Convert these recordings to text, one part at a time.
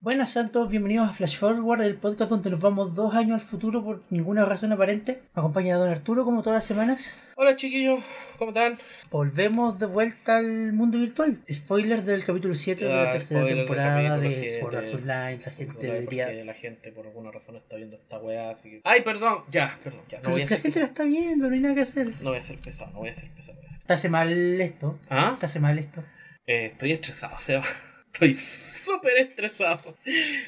Buenas, sean todos bienvenidos a Flash Forward, el podcast donde nos vamos dos años al futuro por ninguna razón aparente. Me acompaña Don Arturo, como todas las semanas. Hola chiquillos, ¿cómo están? Volvemos de vuelta al mundo virtual. Spoilers del capítulo 7 de la Ah, tercera spoiler del temporada capítulo de siete. Sword Art Online. La gente Porque debería. La gente por alguna razón está viendo esta weá, así que... ¡Ay, perdón! Ya, perdón, ya. No Pero voy, a si la ser gente pesado. la está viendo, no hay nada que hacer. no voy a ser pesado, no voy a ser pesado. voy a ser- Te hace mal esto. ¿Ah? Te hace mal esto. Eh, estoy estresado, Seba. Estoy súper estresado.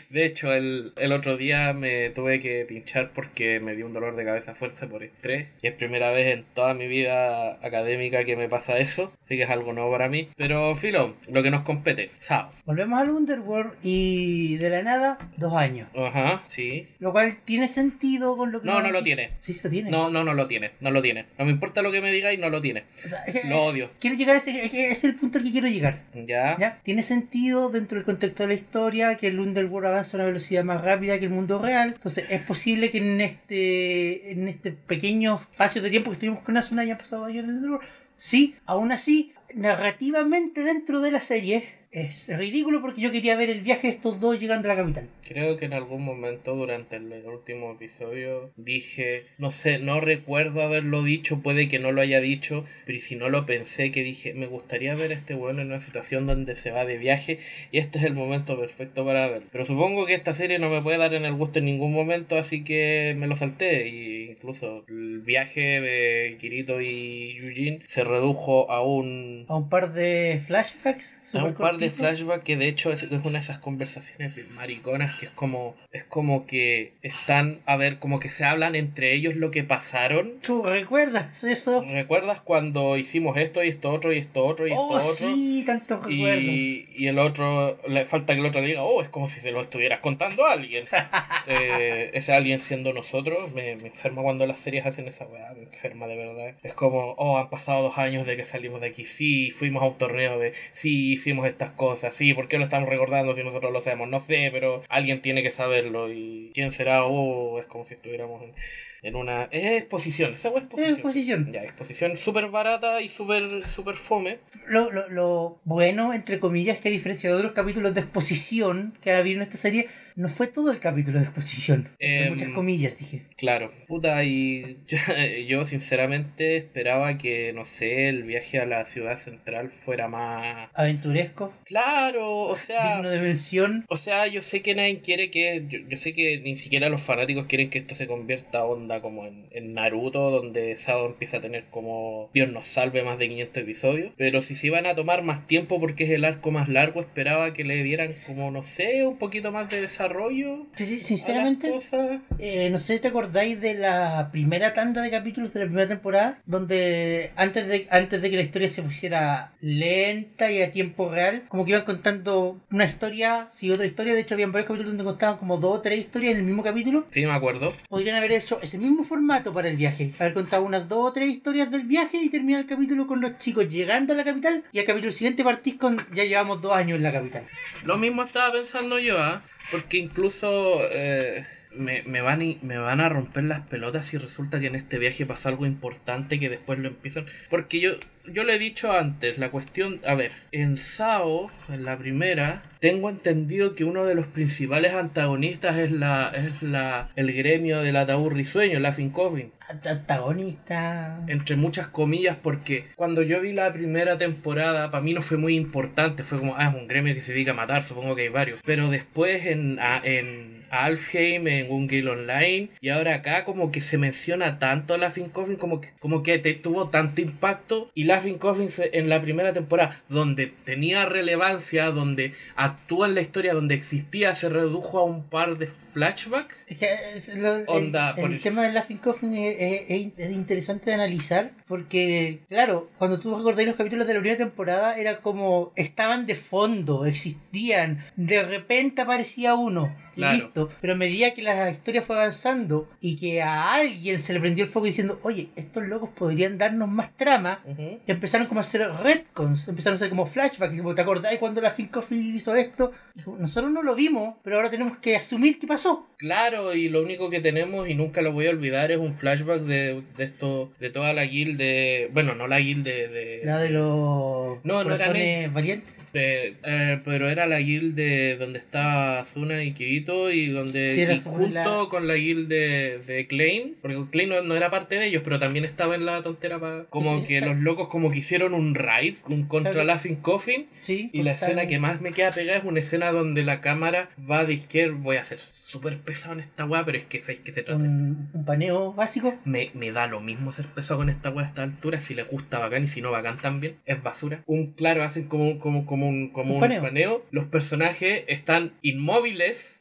De hecho, el, el otro día me tuve que pinchar porque me dio un dolor de cabeza fuerte por estrés. Y es primera vez en toda mi vida académica que me pasa eso. Así que es algo nuevo para mí. Pero, filo, lo que nos compete. Sao. Volvemos al Underworld y de la nada, dos años. Ajá, sí. Lo cual tiene sentido con lo que. No, nos no han lo dicho. tiene. Sí, sí lo tiene. No, no, no lo tiene, no lo tiene. No me importa lo que me digáis, no lo tiene. O sea, es que- Lo odio. Quiero llegar a ese, es que ese es el punto al que quiero llegar. Ya. ¿Ya? Tiene sentido dentro del contexto de la historia que el Underworld avanza a una velocidad más rápida que el mundo real. Entonces es posible que en este, en este pequeño espacio de tiempo que estuvimos con Asuna hayan pasado años en el Underworld. Sí, aún así, narrativamente dentro de la serie es ridículo porque yo quería ver el viaje de estos dos llegando a la capital. Creo que en algún momento durante el último episodio dije, no sé, no recuerdo haberlo dicho, puede que no lo haya dicho, pero y si no lo pensé, que dije, me gustaría ver a este weón en una situación donde se va de viaje y este es el momento perfecto para verlo. Pero supongo que esta serie no me puede dar en el gusto en ningún momento, así que me lo salté. Y incluso el viaje de Kirito y Yujin se redujo a un A un par de flashbacks. Da un par de supercortitos. flashbacks que de hecho es, es una de esas conversaciones bien mariconas que es como es como que están a ver como que se hablan entre ellos lo que pasaron ¿Tú recuerdas eso? recuerdas cuando hicimos esto y esto otro y esto otro y esto Oh, otro sí, tantos recuerdos. y, y el otro le falta que el otro le diga oh es como si se lo estuvieras contando a alguien Eh, ese alguien siendo nosotros me, me enferma cuando las series hacen esa weá me enferma de verdad es como oh han pasado dos años de que salimos de aquí sí fuimos a un torneo de sí hicimos estas cosas sí por qué lo estamos recordando si nosotros lo sabemos no sé pero alguien tiene que saberlo y quién será oh es como si estuviéramos en, en una es exposición esa weá es Eh, exposición exposición. ya exposición súper barata y súper súper fome Lo, lo, lo bueno, entre comillas, que a diferencia de otros capítulos de exposición que ha habido en esta serie, no fue todo el capítulo de exposición. Entre Em, muchas comillas, dije. Claro, puta, y yo, yo sinceramente esperaba que, no sé, el viaje a la ciudad central fuera más... Aventuresco, Claro, o sea... digno de mención. O sea, yo sé que nadie quiere que. Yo, yo sé que ni siquiera los fanáticos quieren que esto se convierta onda como en, en Naruto, donde Sado empieza a tener como Dios nos salve más de 500 episodios. Pero si se iban a tomar más tiempo porque es el arco más largo, esperaba que le dieran como, no sé, un poquito más de desarrollo Sí, sí, a las Sinceramente, cosas. eh, no sé si te acordáis de la primera tanda de capítulos de la primera temporada, donde antes de, antes de que la historia se pusiera lenta y a tiempo real, como que iban contando una historia, sí, otra historia. De hecho, habían varios capítulos donde contaban como dos o tres historias en el mismo capítulo. Sí, me acuerdo. podrían haber hecho ese mismo formato para el viaje. Haber contado unas dos o tres historias del viaje y terminar el capítulo con los chicos llegando a la capital. Y al capítulo siguiente partís con ya llevamos dos años en la capital. Lo mismo estaba pensando yo, ¿ah? Porque incluso eh, me, me van y- me van a romper las pelotas si resulta que en este viaje pasó algo importante que después lo empiezan. Porque yo, yo le he dicho antes, la cuestión. A ver, en Sao, en la primera, tengo entendido que uno de los principales antagonistas es la. es la. el gremio del ataúd risueño, la Fincovin Ant- Antagonista. entre muchas comillas, porque cuando yo vi la primera temporada, para mí no fue muy importante. Fue como, ah, es un gremio que se dedica a matar, supongo que hay varios. Pero después en, a- en Alfheim, en un Guild Online, y ahora acá, como que se menciona tanto a Laughing Coffin, como que, como que te tuvo tanto impacto. Y Laughing Coffin se- en la primera temporada, donde tenía relevancia, donde actúa en la historia, donde existía, se redujo a un par de flashbacks. Es que es lo- el, Onda, el por- tema del Laughing Coffin es, es- es interesante de analizar porque, claro, cuando tú recordáis los capítulos de la primera temporada era como estaban de fondo, existían, de repente aparecía uno y Claro. listo. Pero a medida que la historia fue avanzando y que a alguien se le prendió el foco diciendo, oye, estos locos podrían darnos más trama, Ujú. y empezaron como a hacer retcons, empezaron a hacer como flashbacks, como te acordás cuando la Finn Coffin hizo esto, Dijo, nosotros no lo vimos, pero ahora tenemos que asumir que pasó. Claro, y lo único que tenemos, y nunca lo voy a olvidar, es un flashback de, de esto, de toda la guild de. Bueno, no la guild de. de- La de los No, no eran corazones valientes. Eh, eh, pero era la guild de donde está Asuna y Kirito y donde Sí, era y sobre junto la- con la guild de, de Klein, porque Klein no, no era parte de ellos, pero también estaba en la tontera pa- como Sí, sí, que sí. los locos como que hicieron un raid un contra Claro. Laughing Coffin Sí, y la porque escena están- que más me queda pegada es una escena donde la cámara va de izquierda. Voy a ser súper pesado en esta weá, pero es que sabéis que se trata. Un, un paneo básico. Me, me da lo mismo ser pesado con esta weá a esta altura. Si les gusta bacán y si no bacán también. Es basura. Un claro, hacen como, como, como un, como Un un paneo. paneo. Los personajes están inmóviles.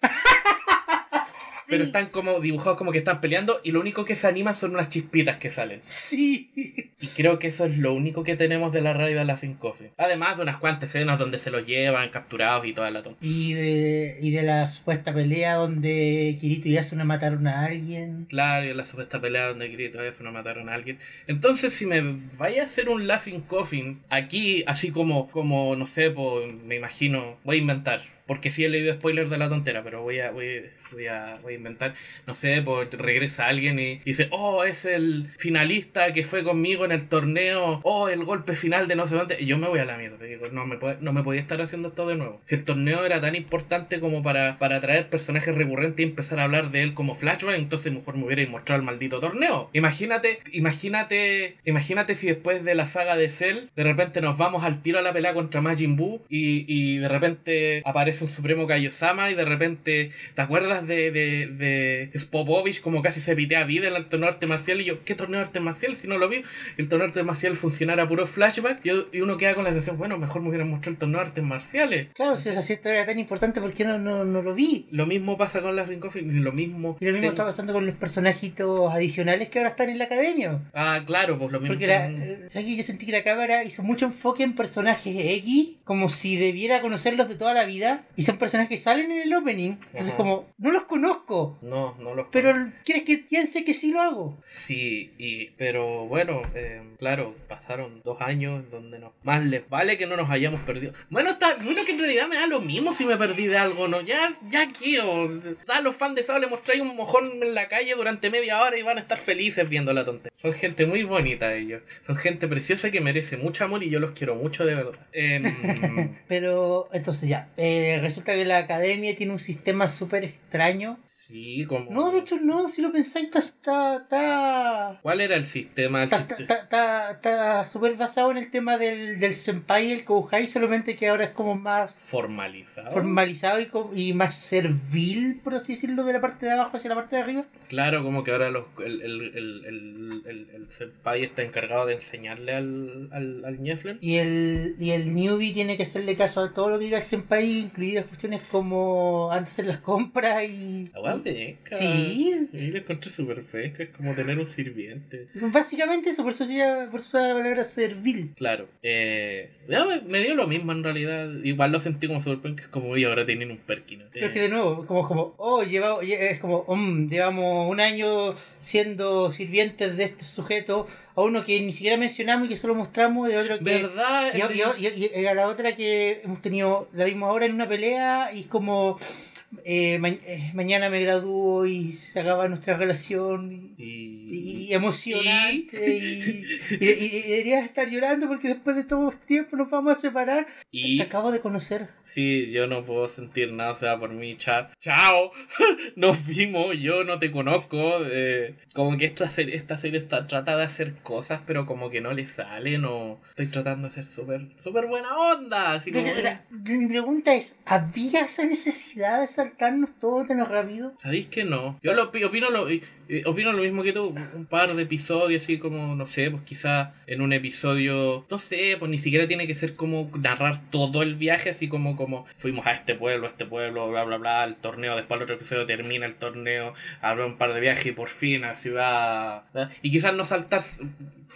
Pero están como dibujados como que están peleando y lo único que se anima son unas chispitas que salen. Sí. Y creo que eso es lo único que tenemos de la raid de la Fin Coffee. Además de unas cuantas escenas donde se los llevan capturados y toda la tonta. Y de, y de la supuesta pelea donde Kirito y Asuna mataron a alguien. Claro, y la supuesta pelea donde Kirito y Asuna mataron a alguien. Entonces, si me vaya a hacer un Laughing Coffin aquí, así como, como no sé, po, me imagino, voy a inventar. Porque sí he leído spoilers de la tontera, pero voy a, voy, voy a, voy a inventar. No sé, pues regresa alguien y dice, oh, es el finalista que fue conmigo en el torneo, oh, el golpe final de no sé dónde. Y yo me voy a la mierda. Digo, no me, puede- no me podía estar haciendo esto de nuevo. Si el torneo era tan importante como para, para traer personajes recurrentes y empezar a hablar de él como flashback, entonces mejor me hubiera mostrado el maldito torneo. Imagínate, imagínate, imagínate si después de la saga de Cell, de repente nos vamos al tiro a la pelea contra Majin Buu y, y de repente aparece un Supremo Kaiosama y de repente ¿Te acuerdas de, de, de Spopovich como casi se pitea a vida en el torneo de arte marcial? Y yo, ¿qué torneo de arte marcial? Si no lo vi, el torneo de arte marcial funcionara a puro flashback. Y, y uno queda con la sensación, bueno, mejor me hubieran mostrado el torneo de artes marciales. Claro, si esa siesta era tan importante, ¿por qué no, no, no lo vi? Lo mismo pasa con las Coffin, y lo mismo. Y lo mismo ten- está pasando con los personajitos adicionales que ahora están en la academia. Ah, claro, pues lo mismo. Porque eh, la, ten- ¿sabes qué? yo sentí que la cámara hizo mucho enfoque en personajes X, como si debiera conocerlos de toda la vida, y son personajes que salen en el opening. Entonces, Ajá. como, no los conozco, No, no los pero ¿quieres que piense que sí lo hago? Sí, y, pero bueno, eh, claro, pasaron dos años donde no, más les vale que no nos hayamos perdido. Bueno, está, bueno que en realidad me da lo mismo si me perdí de algo, ¿no? Ya, ya aquí, o a los fans de Sao le mostráis un mojón en la calle durante media hora y van a estar felices viendo la tontería. Son gente muy bonita ellos, son gente preciosa que merece mucho amor y yo los quiero mucho de verdad. Em, Pero, entonces ya, eh, resulta que la academia tiene un sistema súper extraño. sí, como... No, de hecho, no, si lo pensáis, está- está. está... ¿Cuál era el sistema? El Está- siste- Está está- está súper basado en el tema del, del senpai y el kouhai, solamente que ahora es como más formalizado. formalizado y, co- y más servil, por así decirlo, de la parte de abajo hacia la parte de arriba. Claro, como que ahora los, el, el, el, el, el, el senpai está encargado de enseñarle al, al, al Ñeflen. Y el, y el newbie tiene que hacerle caso a todo lo que diga el senpai, incluidas cuestiones como antes hacer las compras y... La weá fresca. Sí. Y la encontré súper fresca, es como tener un sirviente. Básicamente eso, por eso, decía- por eso la palabra servil. Claro. Eh, ya me, me dio lo mismo en realidad. Igual lo sentí como súper punk, es como, y ahora tienen un Perkino. Pero es que Eh, de nuevo, como, como oh, lleva, es como, mm, llevamos un año siendo sirvientes de este sujeto, a uno que ni siquiera mencionamos y que solo mostramos, y a otro que... ¿Verdad? Y, y- y- y- y a la otra que hemos tenido, la vimos ahora en una pelea y es como eh, ma- eh, mañana me gradúo y se acaba nuestra relación y, Y- y emocionante y, y- y- y deberías estar llorando porque después de todo este tiempo nos vamos a separar. y- Te acabo de conocer. Sí, yo no puedo sentir nada, o sea, por mí, cha- chao, nos vimos, yo no te conozco. eh, como que esta serie, esta serie está, trata de hacer cosas, pero como que no le salen o estoy tratando de ser súper, súper buena onda. Así como, O sea, mi pregunta es, ¿había esa necesidad de saltarnos todo tan rápido? ¿Sabéis que no? Yo lo, opi- opino, lo, eh, eh, opino lo mismo que tú, un par de episodios, así como, no sé, pues quizá en un episodio, no sé, pues ni siquiera tiene que ser como narrar todo el viaje, así como, como fuimos a este pueblo, a este pueblo, bla, bla, bla, el torneo, después el otro episodio termina el torneo, habrá un par de viajes y por fin a la ciudad. ¿verdad? Y quizás no saltar s-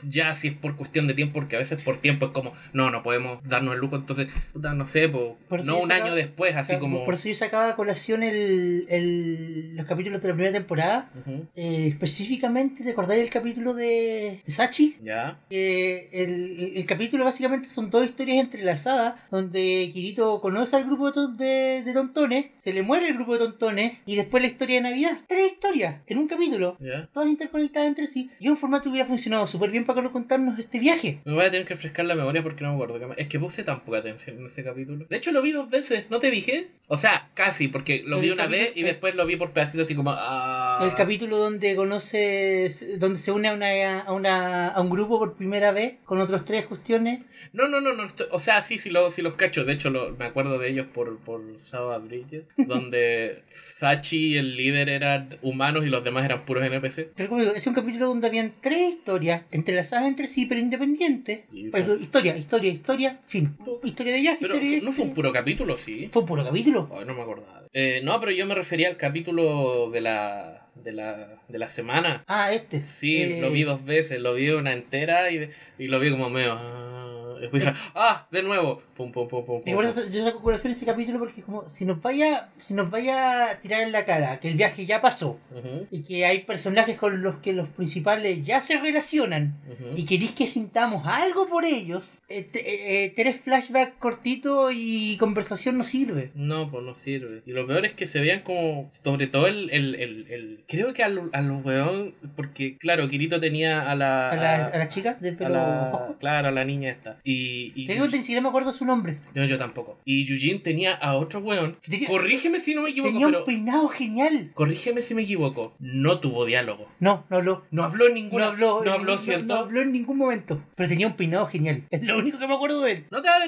ya si es por cuestión de tiempo, porque a veces por tiempo es como, no, no podemos darnos el lujo, entonces, puta, no sé, pues, Por eso no yo un sacaba- año después, así Claro, como... Por eso yo sacaba con colación el, el- los capítulos de la primera temporada. Ujú. Eh, específicamente, ¿te acordáis del capítulo de, de Sachi? Ya. Eh, el, el capítulo básicamente son dos historias entrelazadas donde Kirito conoce al grupo de, ton- de- de tontones, se le muere el grupo de tontones y después la historia de Navidad. Tres historias en un capítulo, Ya. todas interconectadas entre sí. Y un formato hubiera funcionado súper bien para contarnos este viaje. Me voy a tener que refrescar la memoria porque no me acuerdo. qué más- Es que puse tan poca atención en ese capítulo. De hecho, lo vi dos veces, ¿no te dije? O sea, casi, porque lo El vi una capítulo- vez y el- después lo vi por pedacitos así como. ah. El capítulo donde conoce, donde se une a, una, a, una- a un grupo por primera vez con otros tres cuestiones. No, no, no, no. estoy- O sea, sí, sí, lo, sí los cacho. De hecho, lo- me acuerdo de ellos por, por Sábado Bridges, donde Sachi y el líder eran humanos y los demás eran puros NPC. Pero como digo, es un capítulo donde habían tres historias entrelazadas entre sí, pero independientes. Y- Pues, historia, historia, historia, fin. Historia de viaje, Pero historia de fu- no fue un puro capítulo, sí. ¿Fue un puro capítulo. Ay, no me acordaba. Eh, no, pero yo me refería al capítulo de la, de la, de la semana. Ah, este. Sí, Eh, lo vi dos veces, lo vi una entera y, y lo vi como medio. ah, Después dije, ¡ah! De nuevo. Pum, pum, pum, pum. y pum, por pum. eso yo saco colación ese capítulo porque es como si nos vaya si nos vaya a tirar en la cara que el viaje ya pasó Ujú, y que hay personajes con los que los principales ya se relacionan ujú. y queréis que sintamos algo por ellos eh, te- eh, eh, tener flashback cortito y conversación no sirve No, pues no sirve. Y lo peor es que se veían como. Sobre todo el. el, el, el- creo que al, al weón. Porque, claro, Kirito tenía a la. a la, a la chica de Ah, a pelo la- rojo. claro, a la niña esta. Y. y Te digo que ni siquiera me acuerdo su nombre no, yo tampoco. Y Yujin tenía a otro weón. Tenía- Corrígeme si no me equivoco, tenía un pero. peinado genial Corrígeme si me equivoco. No tuvo diálogo. no no lo No habló No ninguna. habló, No habló, no- ¿cierto? no habló en ningún momento. Pero tenía un peinado genial. Es lo único que me acuerdo de él. No te da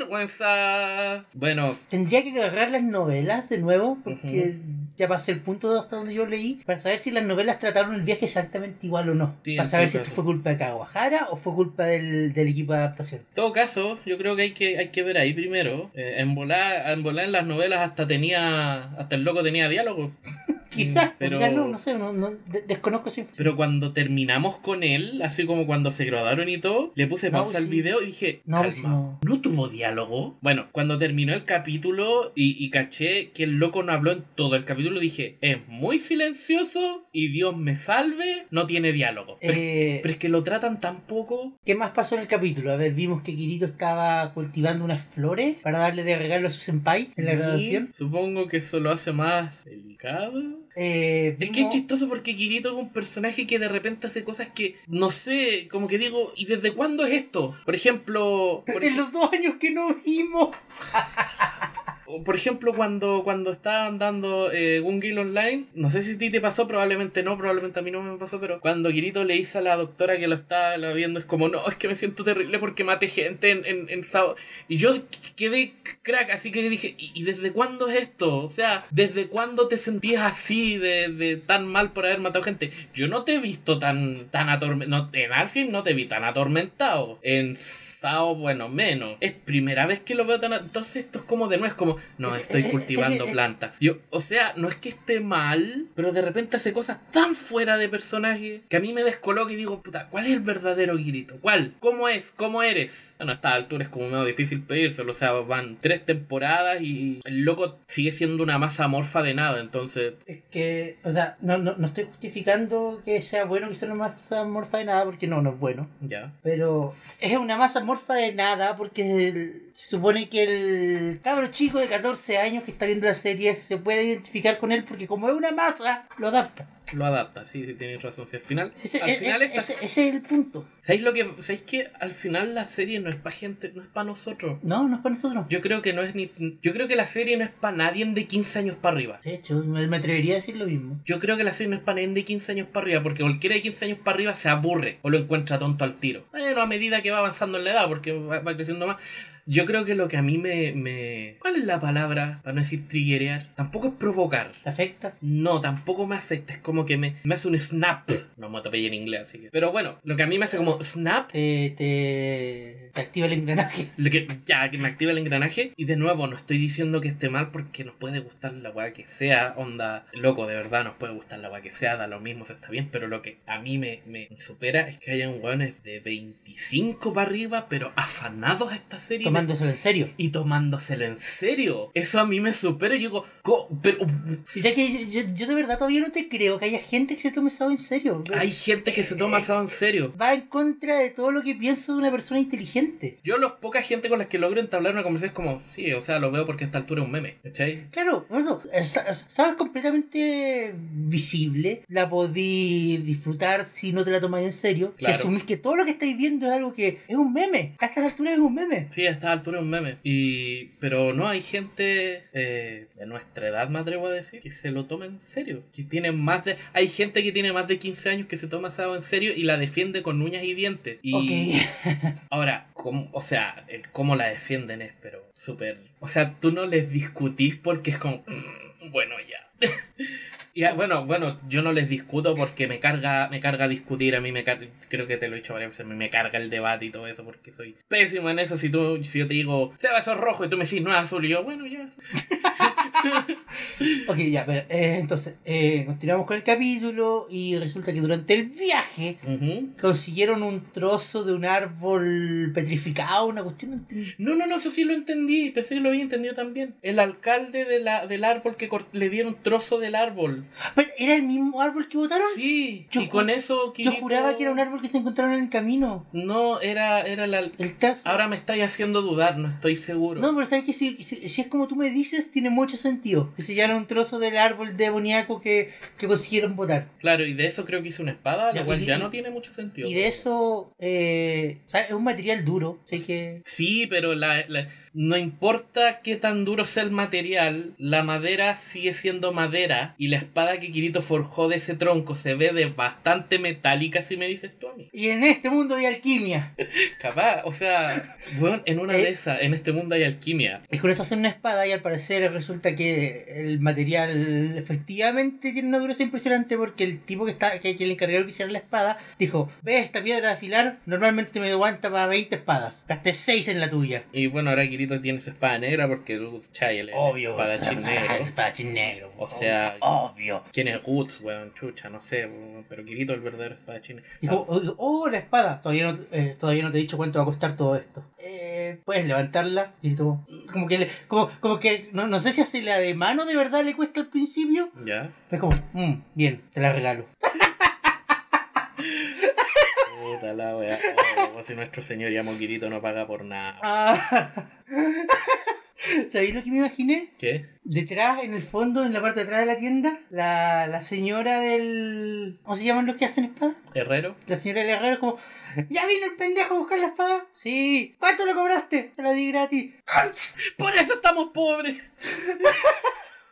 vergüenza. Bueno, Tendría que agarrar las novelas de nuevo, porque ya pasé el punto de hasta donde yo leí, para saber si las novelas trataron el viaje exactamente igual o no. Sí, para saber si entiendo. esto fue culpa de Kawahara o fue culpa del, del equipo de adaptación. en todo caso, yo creo que hay que, hay que ver ahí primero. Eh, en, volar, en volar en las novelas hasta tenía. Hasta el loco tenía diálogo. Quizás, Mm, pero- quizás no, no sé, no, no- de- desconozco esa información. Pero cuando terminamos con él, así como cuando se graduaron y todo, le puse No, pausa al sí. video y dije, No, calma, pues no. no tuvo diálogo. Bueno, cuando terminó el capítulo y, y caché que el loco no habló en todo el capítulo, dije, es muy silencioso y Dios me salve, no tiene diálogo. Pero, Eh, pero es que lo tratan tan poco. ¿Qué más pasó en el capítulo? A ver, vimos que Kirito estaba cultivando unas flores para darle de regalo a su senpai en la Y graduación. Supongo que eso lo hace más delicado. Eh, Es que es vimos- chistoso porque Kirito es un personaje que de repente hace cosas que no sé, como que digo, ¿y desde cuándo es esto? Por ejemplo, por, En ej- los dos años que no vimos. o por ejemplo cuando, cuando estaban dando eh, Gun Gale Online, no sé si a ti te pasó, probablemente no, probablemente a mí no me pasó, pero cuando Kirito le dice a la doctora que lo está la viendo, es como, no, es que me siento terrible porque maté gente en, en, en sábado. Y yo quedé crack, así que dije, ¿y, y desde cuándo es esto? O sea, ¿desde cuándo te sentías así de, de tan mal por haber matado gente? Yo no te he visto tan, tan atormentado. en Alfin no te vi tan atormentado. En Sao, bueno, menos. Es primera vez que lo veo tan... a- Entonces esto es como de nuevo, es como, no, estoy cultivando plantas. Yo, o sea, no es que esté mal, pero de repente hace cosas tan fuera de personaje que a mí me descoloca y digo, puta, ¿cuál es el verdadero Kirito? ¿Cuál? ¿Cómo es? ¿Cómo eres? Bueno, a esta altura es como medio difícil pedírselo, o sea, van tres temporadas y el loco sigue siendo una masa amorfa de nada, entonces... Es que, o sea, no, no, no estoy justificando que sea bueno que sea una masa morfa de nada, porque no, no es bueno. Ya. Pero es una masa morfa de nada, porque el- se supone que el cabro chico de 14 años que está viendo la serie se puede identificar con él, porque como es una masa, lo adapta. Lo adapta, sí, sí, tienes razón. Sí, al final, Ese, al es- final ese- esta- ese- ese es el punto. ¿Sabéis lo que, sabéis que al final la serie no es para gente, no es para nosotros? No, no es para nosotros. Yo creo que no es ni, yo creo que la serie no es para nadie de 15 años para arriba. De hecho, me, me atrevería a decir lo mismo. Yo creo que la serie no es para nadie de 15 años para arriba, porque cualquiera de 15 años para arriba se aburre o lo encuentra tonto al tiro. Bueno, a medida que va avanzando en la edad, porque va, va creciendo más. Yo creo que lo que a mí me, me... ¿Cuál es la palabra? Para no decir triggerear. Tampoco es provocar. ¿Te afecta? No, tampoco me afecta. Es como que me, me hace un snap. No me atropellé en inglés, así que... Pero bueno, lo que a mí me hace como snap Te, te, te activa el engranaje. Lo que, ya, que me activa el engranaje. Y de nuevo, no estoy diciendo que esté mal porque nos puede gustar la weá que sea. Onda, loco, de verdad, nos puede gustar la weá que sea. Da lo mismo, se está bien. Pero lo que a mí me, me supera es que hayan weones de 25 para arriba, pero afanados a esta serie. y tomándoselo en serio. y tomándoselo en serio. Eso a mí me supera. Yo digo, co- pero Y ya que yo, yo de verdad todavía no te creo que haya gente que se tome eso en serio. hay gente que se toma eso en serio. Va en contra de todo lo que pienso de una persona inteligente. Yo, los poca gente con las que logro entablar una conversación es como, sí, o sea, lo veo porque a esta altura es un meme, ¿cachai? Claro, por eso, es- es- sabes completamente visible, la podí disfrutar si no te la tomas en serio, Claro. si asumís que todo lo que estáis viendo es algo que es un meme, a estas alturas es un meme. Sí, a esta altura es un meme. Y, pero no, hay gente eh, de nuestra edad, me atrevo a decir, que se lo toma en serio. Que tiene más de, hay gente que tiene más de 15 años que se toma asado en serio y la defiende con uñas y dientes. Y Ok, ahora, ¿cómo- o sea, el cómo la defienden es, pero súper... O sea, tú no les discutís porque es como, "Mm, bueno, ya. Y ah, bueno, bueno, yo no les discuto porque me carga, me carga discutir, a mí me carga, creo que te lo he dicho varias veces, me carga el debate y todo eso porque soy pésimo en eso. Si tú, si yo te digo, Seba, eso es rojo y tú me decís, no es azul, y yo, bueno, ya. ok, ya, pero eh, entonces, eh, continuamos con el capítulo y resulta que durante el viaje Ujú. consiguieron un trozo de un árbol petrificado, una cuestión... no entendí. No, no, no, eso sí lo entendí, pensé que lo había entendido también. El alcalde de la, del árbol que cort- le dieron trozo del árbol. Pero era el mismo árbol que botaron. Sí, Yo y con ju- eso Yo Kirito- juraba que era un árbol que se encontraron en el camino. No, era, era la... El trazo... Ahora me estáis haciendo dudar, no estoy seguro. No, pero sabes que si, si, si es como tú me dices, tiene mucho sentido. Que se llama un trozo del árbol demoníaco que, que consiguieron botar. Claro, y de eso creo que hice una espada, Ya, lo cual y- ya y- no tiene mucho sentido. Y de eso, eh, ¿sabes? es un material duro. Así que. Sí, pero la, la- no importa qué tan duro sea el material, la madera sigue siendo madera y la espada que Kirito forjó de ese tronco se ve de bastante metálica, si me dices tú a mí. Y en este mundo de alquimia. Capaz, o sea, weón, en una de Eh. esas, en este mundo hay alquimia. Es curioso hacer una espada y al parecer resulta que el material efectivamente tiene una dureza impresionante porque el tipo que está que, que le encargaron que hiciera la espada dijo, ve esta piedra de afilar, normalmente me aguanta para 20 espadas. Gasté 6 en la tuya. Y bueno, ahora Kirito tiene su espada negra porque uh, chay, el Obvio, espadachín o sea, negro. espadachín negro. O sea- obvio. ¿Quién es Guts, weón? Chucha, no sé, weón, pero Kirito el verdadero espadachín. Dijo, "Oh, oh, la espada. Todavía no, eh, todavía no te he dicho cuánto va a costar todo esto. Eh, puedes levantarla. Y tú, como que, le- como, como que no, no sé si hace la de mano de verdad le cuesta al principio. Ah, ¿Ya? Es como, "Mm, bien, te la regalo. Puta la weá. Como si nuestro señor llamo Kirito no paga por nada. Ah. ¿Sabéis lo que me imaginé? ¿Qué? Detrás, en el fondo, en la parte de atrás de la tienda, la, la señora del. ¿Cómo se llaman los que hacen espadas? ¿Herrero? La señora del herrero es como, ¿ya vino el pendejo a buscar la espada? Sí. ¿Cuánto lo cobraste? Te la di gratis. ¡Por eso estamos pobres!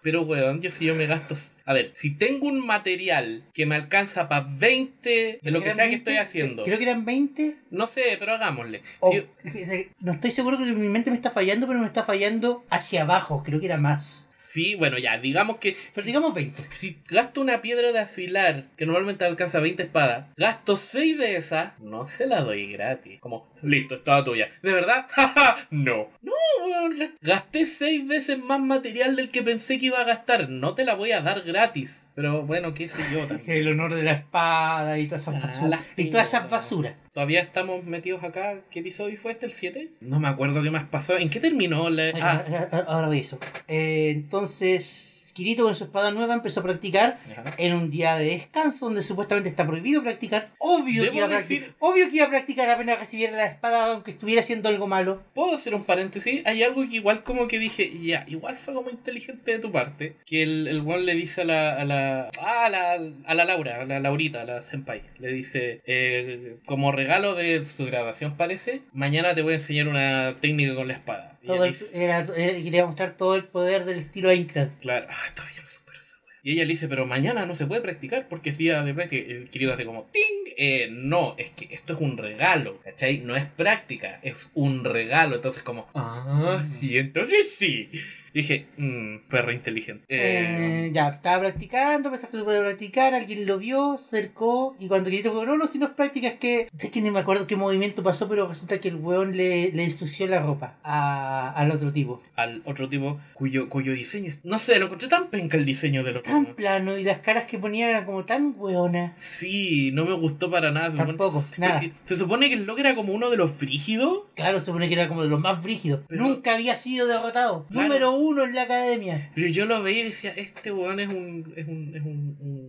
Pero, weón, yo si yo me gasto. A ver, si tengo un material que me alcanza para 20 de lo que Eran sea que 20, estoy haciendo. Creo Oh. que eran 20. No sé, pero hagámosle. o- Si yo- No estoy seguro que mi mente me está fallando, pero me está fallando hacia abajo. Creo que era más. sí, bueno, ya, digamos que. Pero si- digamos 20. Si gasto una piedra de afilar, que normalmente alcanza 20 espadas, gasto 6 de esas, no se la doy gratis. Como, listo, es toda tuya. ¿De verdad? ¡Ja, No. No, weón. gas- Gasté 6 veces más material del que pensé que iba a gastar. No te la voy a dar gratis. Pero bueno, qué sé yo también. El honor de la espada y todas esas Ah, basuras. las Y todas esas pintas. basuras. Todavía estamos metidos acá. ¿Qué episodio fue este? ¿El 7? No me acuerdo qué más pasó. ¿En qué terminó la.? Ahora- Ah, ahora- Ahora voy a eso. Eh, entonces, Kirito con su espada nueva empezó a practicar ajá. en un día de descanso donde supuestamente está prohibido practicar. Obvio, que Debo iba, a decir- practicar, obvio que iba a practicar apenas recibiera la espada aunque estuviera haciendo algo malo. ¿Puedo hacer un paréntesis? Hay algo que igual como que dije, ya, igual fue como inteligente de tu parte, que el, el weón le dice a la, a la, ah, a la, a la Laura, a la Laurita, a la senpai, le dice, eh, como regalo de su graduación parece, mañana te voy a enseñar una técnica con la espada. Y Todo ella el- dice- era, era- quería mostrar todo el poder del estilo Aincrad. Claro, ah, todavía no supero esa wea. Y ella le dice, pero mañana no se puede practicar porque es día de práctica. Y el querido hace como, ¡ting! Eh, no, es que esto es un regalo, Mm. ¿cachai? No es práctica, es un regalo. Entonces como, ah, sí, entonces sí. Dije, mmm, perro inteligente. Eh, Eh, ya, estaba practicando, pensaba que lo podía practicar, alguien lo vio, cercó, y cuando Kirito dijo, no, no, si no es práctica, es que, sé que ni me acuerdo qué movimiento pasó, pero resulta que el weón le, le ensució la ropa a- al otro tipo. al otro tipo cuyo, cuyo diseño es- No sé, lo encontré tan penca el diseño del otro. Tan ¿no? plano, y las caras que ponía eran como tan weonas. Sí, no me gustó para nada. Se supone- Tampoco, nada. porque se supone que el loco era como uno de los frígidos. Claro, se supone que era como de los más brígidos. Pero- Nunca había sido derrotado. Claro. Número uno en la academia. Pero yo lo veía y decía, este weón es un, es un, es un, un,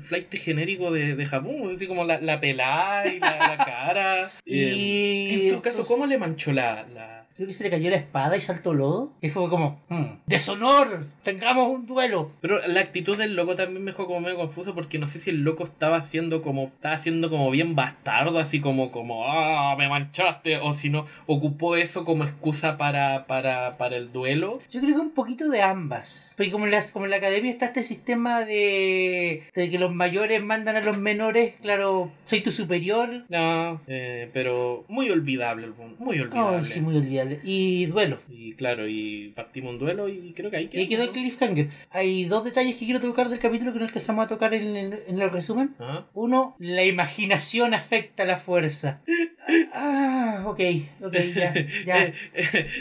flight genérico de, de Japón, así como la, la pelada y la, la cara. Y- en todo caso, ¿cómo le manchó la, la- Creo que se le cayó la espada y saltó lodo. Y fue como, "Mm, ¡deshonor! ¡Tengamos un duelo! Pero la actitud del loco también me dejó como medio confuso porque no sé si el loco estaba haciendo como, estaba haciendo como bien bastardo, así como, como, ah, me manchaste, o si no, ocupó eso como excusa para, para, para el duelo. Yo creo que un poquito de ambas. Porque como en, las, como en la academia está este sistema de, de que los mayores mandan a los menores, claro, soy tu superior. No, eh, pero muy olvidable, el weón, muy olvidable. Ay, Oh, sí, muy olvidable. Y duelo. Y claro, y partimos un duelo y creo que ahí Y ahí quedó el cliffhanger. Hay dos detalles que quiero tocar del capítulo que no alcanzamos a tocar en el, en el resumen. Ajá. Uno, la imaginación afecta la fuerza. Ah, ok, ok, ya, ya.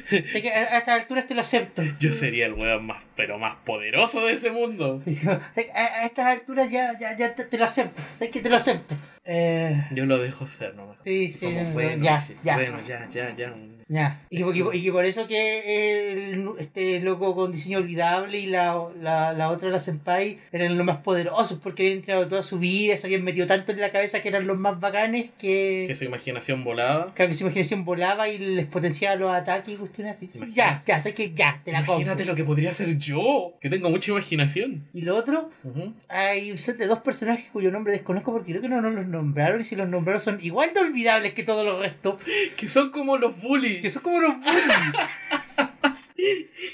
Sé que a, a estas alturas te lo acepto. Yo sería el weón más, pero más poderoso de ese mundo. Sé que a, a estas alturas ya, ya, ya te, te lo acepto. Sé que te lo acepto. Eh, Yo lo dejo ser nomás. Sí, sí, Como, Eh, no, bueno, ya, sí, ya. Bueno, ya, ya, ya. Ya, y que, por- y Este. por- y que por eso que el, este loco con diseño olvidable y la, la, la otra, la senpai, eran los más poderosos porque habían entrenado toda su vida, se habían metido tanto en la cabeza que eran los más bacanes Que que, su imaginación volaba. claro, que su imaginación volaba y les potenciaba los ataques y cuestiones así. Imagina- Ya, ya, sé que ya, te la compro. Imagínate lo que podría ser yo, que tengo mucha imaginación. Y lo otro, Ujú. hay un set de dos personajes cuyo nombre desconozco porque creo que no nos los nombraron y si los nombraron son igual de olvidables que todos los restos, Que son como los que bullies. son como los bullies.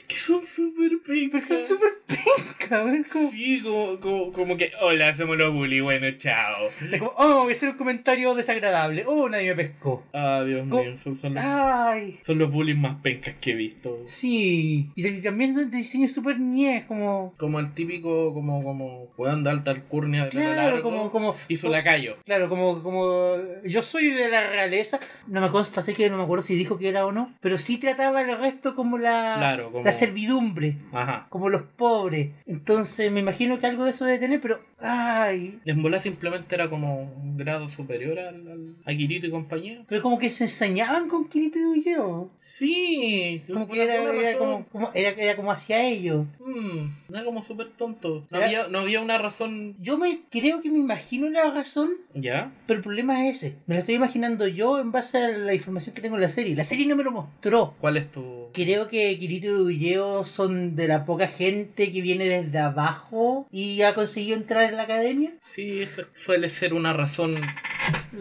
Que son súper Pero picas. son súper pencas, ¿ven? Como- Sí, como, como, como que, hola, somos los bullies, bueno, chao. Es como, oh, voy a hacer un comentario desagradable. Oh, nadie me pescó. Ah, Dios Co- Ah. mío, son, son los, Ay, son los bullies más pencas que he visto. sí. Y de- también el diseño es súper ñe, como. Como el típico, como, como, weón de alta alcurnia de pelo Claro, largo. como. como Y su como- lacayo. Claro, como, como yo soy de la realeza, no me consta, sé que no me acuerdo si dijo que era o no, pero sí trataba al resto como la, Claro, como- la servidumbre, Ajá. como los pobres. Entonces me imagino que algo de eso debe tener, pero ay, En bola simplemente era como un grado superior al, al- a Kirito y compañía. pero como que se ensañaban con Kirito y Ulleo. Sí, Como por que era, alguna era razón. como, como- era, era como hacia ellos. Mm, era como súper tonto. No ¿Ya? había, no había una razón. Yo me creo que me imagino la razón, ¿Ya? pero el problema es ese. Me la estoy imaginando yo en base a la información que tengo en la serie. La serie no me lo mostró. ¿Cuál es tu.? Creo que Kirito y Ulleo son de la poca gente que viene desde abajo y ha conseguido entrar en la academia. Sí, eso suele ser una razón.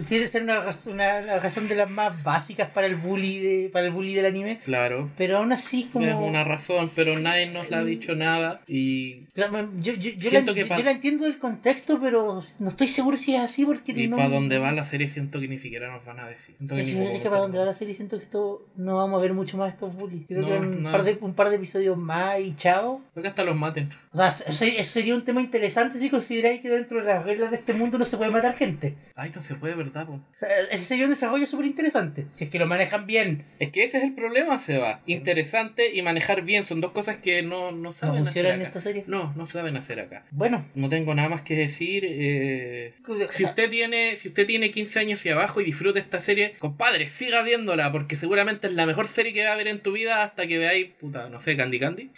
Sí, debe ser una, raz- una- la razón de las más básicas para el bully, de- para el bully del anime. Claro. Pero aún así, como. Es una razón, pero nadie nos la ha dicho nada. Y. O sea, me- Yo, yo- yo la, Siento que yo- pa- yo la entiendo del contexto, pero no estoy seguro si es así porque Y no. para dónde va la serie siento que ni siquiera nos van a decir. Siento Sí, ni sí, como es que que para tengo- donde va la serie siento que esto no vamos a ver mucho más de estos bullies. Creo No, que un, no. Par de, un par de episodios más y chao. Creo que hasta los maten. O sea, se- se- eso sería un tema interesante si consideráis que dentro de las reglas de este mundo no se puede matar gente. Ay, no se puede, ¿verdad? po? O sea, ese sería un desarrollo súper interesante, si es que lo manejan bien. Es que ese es el problema, Seba. Interesante y manejar bien son dos cosas que no, no No saben hacer funciona en acá. esta serie. No, no saben hacer acá. Bueno, No tengo nada más que decir. eh, o sea, Si usted tiene si usted tiene 15 años hacia abajo y disfruta esta serie, compadre, siga viéndola porque seguramente es la mejor serie que va a ver en tu vida hasta que veáis, puta, no sé, Candy Candy.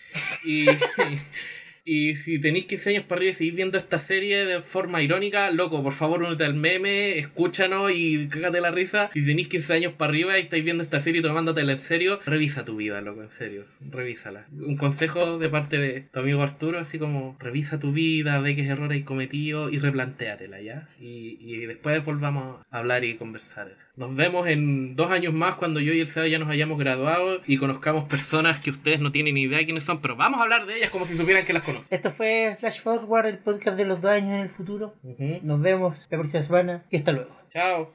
Y, y si tenéis 15 años para arriba y seguís viendo esta serie de forma irónica, loco, por favor, únete al meme, escúchanos y cágate la risa. Si tenéis 15 años para arriba y estáis viendo esta serie y tomándatela en serio, revisa tu vida, loco, en serio, revísala. Un consejo de parte de tu amigo Arturo, así como revisa tu vida, ve qué errores hay cometido y replantéatela, ¿ya? Y, y después volvamos a hablar y conversar. Nos vemos en dos años más cuando yo y el Seba ya nos hayamos graduado y conozcamos personas que ustedes no tienen ni idea quiénes son, pero vamos a hablar de ellas como si supieran que las conocen. Esto fue Flash Forward, el podcast de los dos años en el futuro. Ujú. Nos vemos la próxima semana y hasta luego. Chao.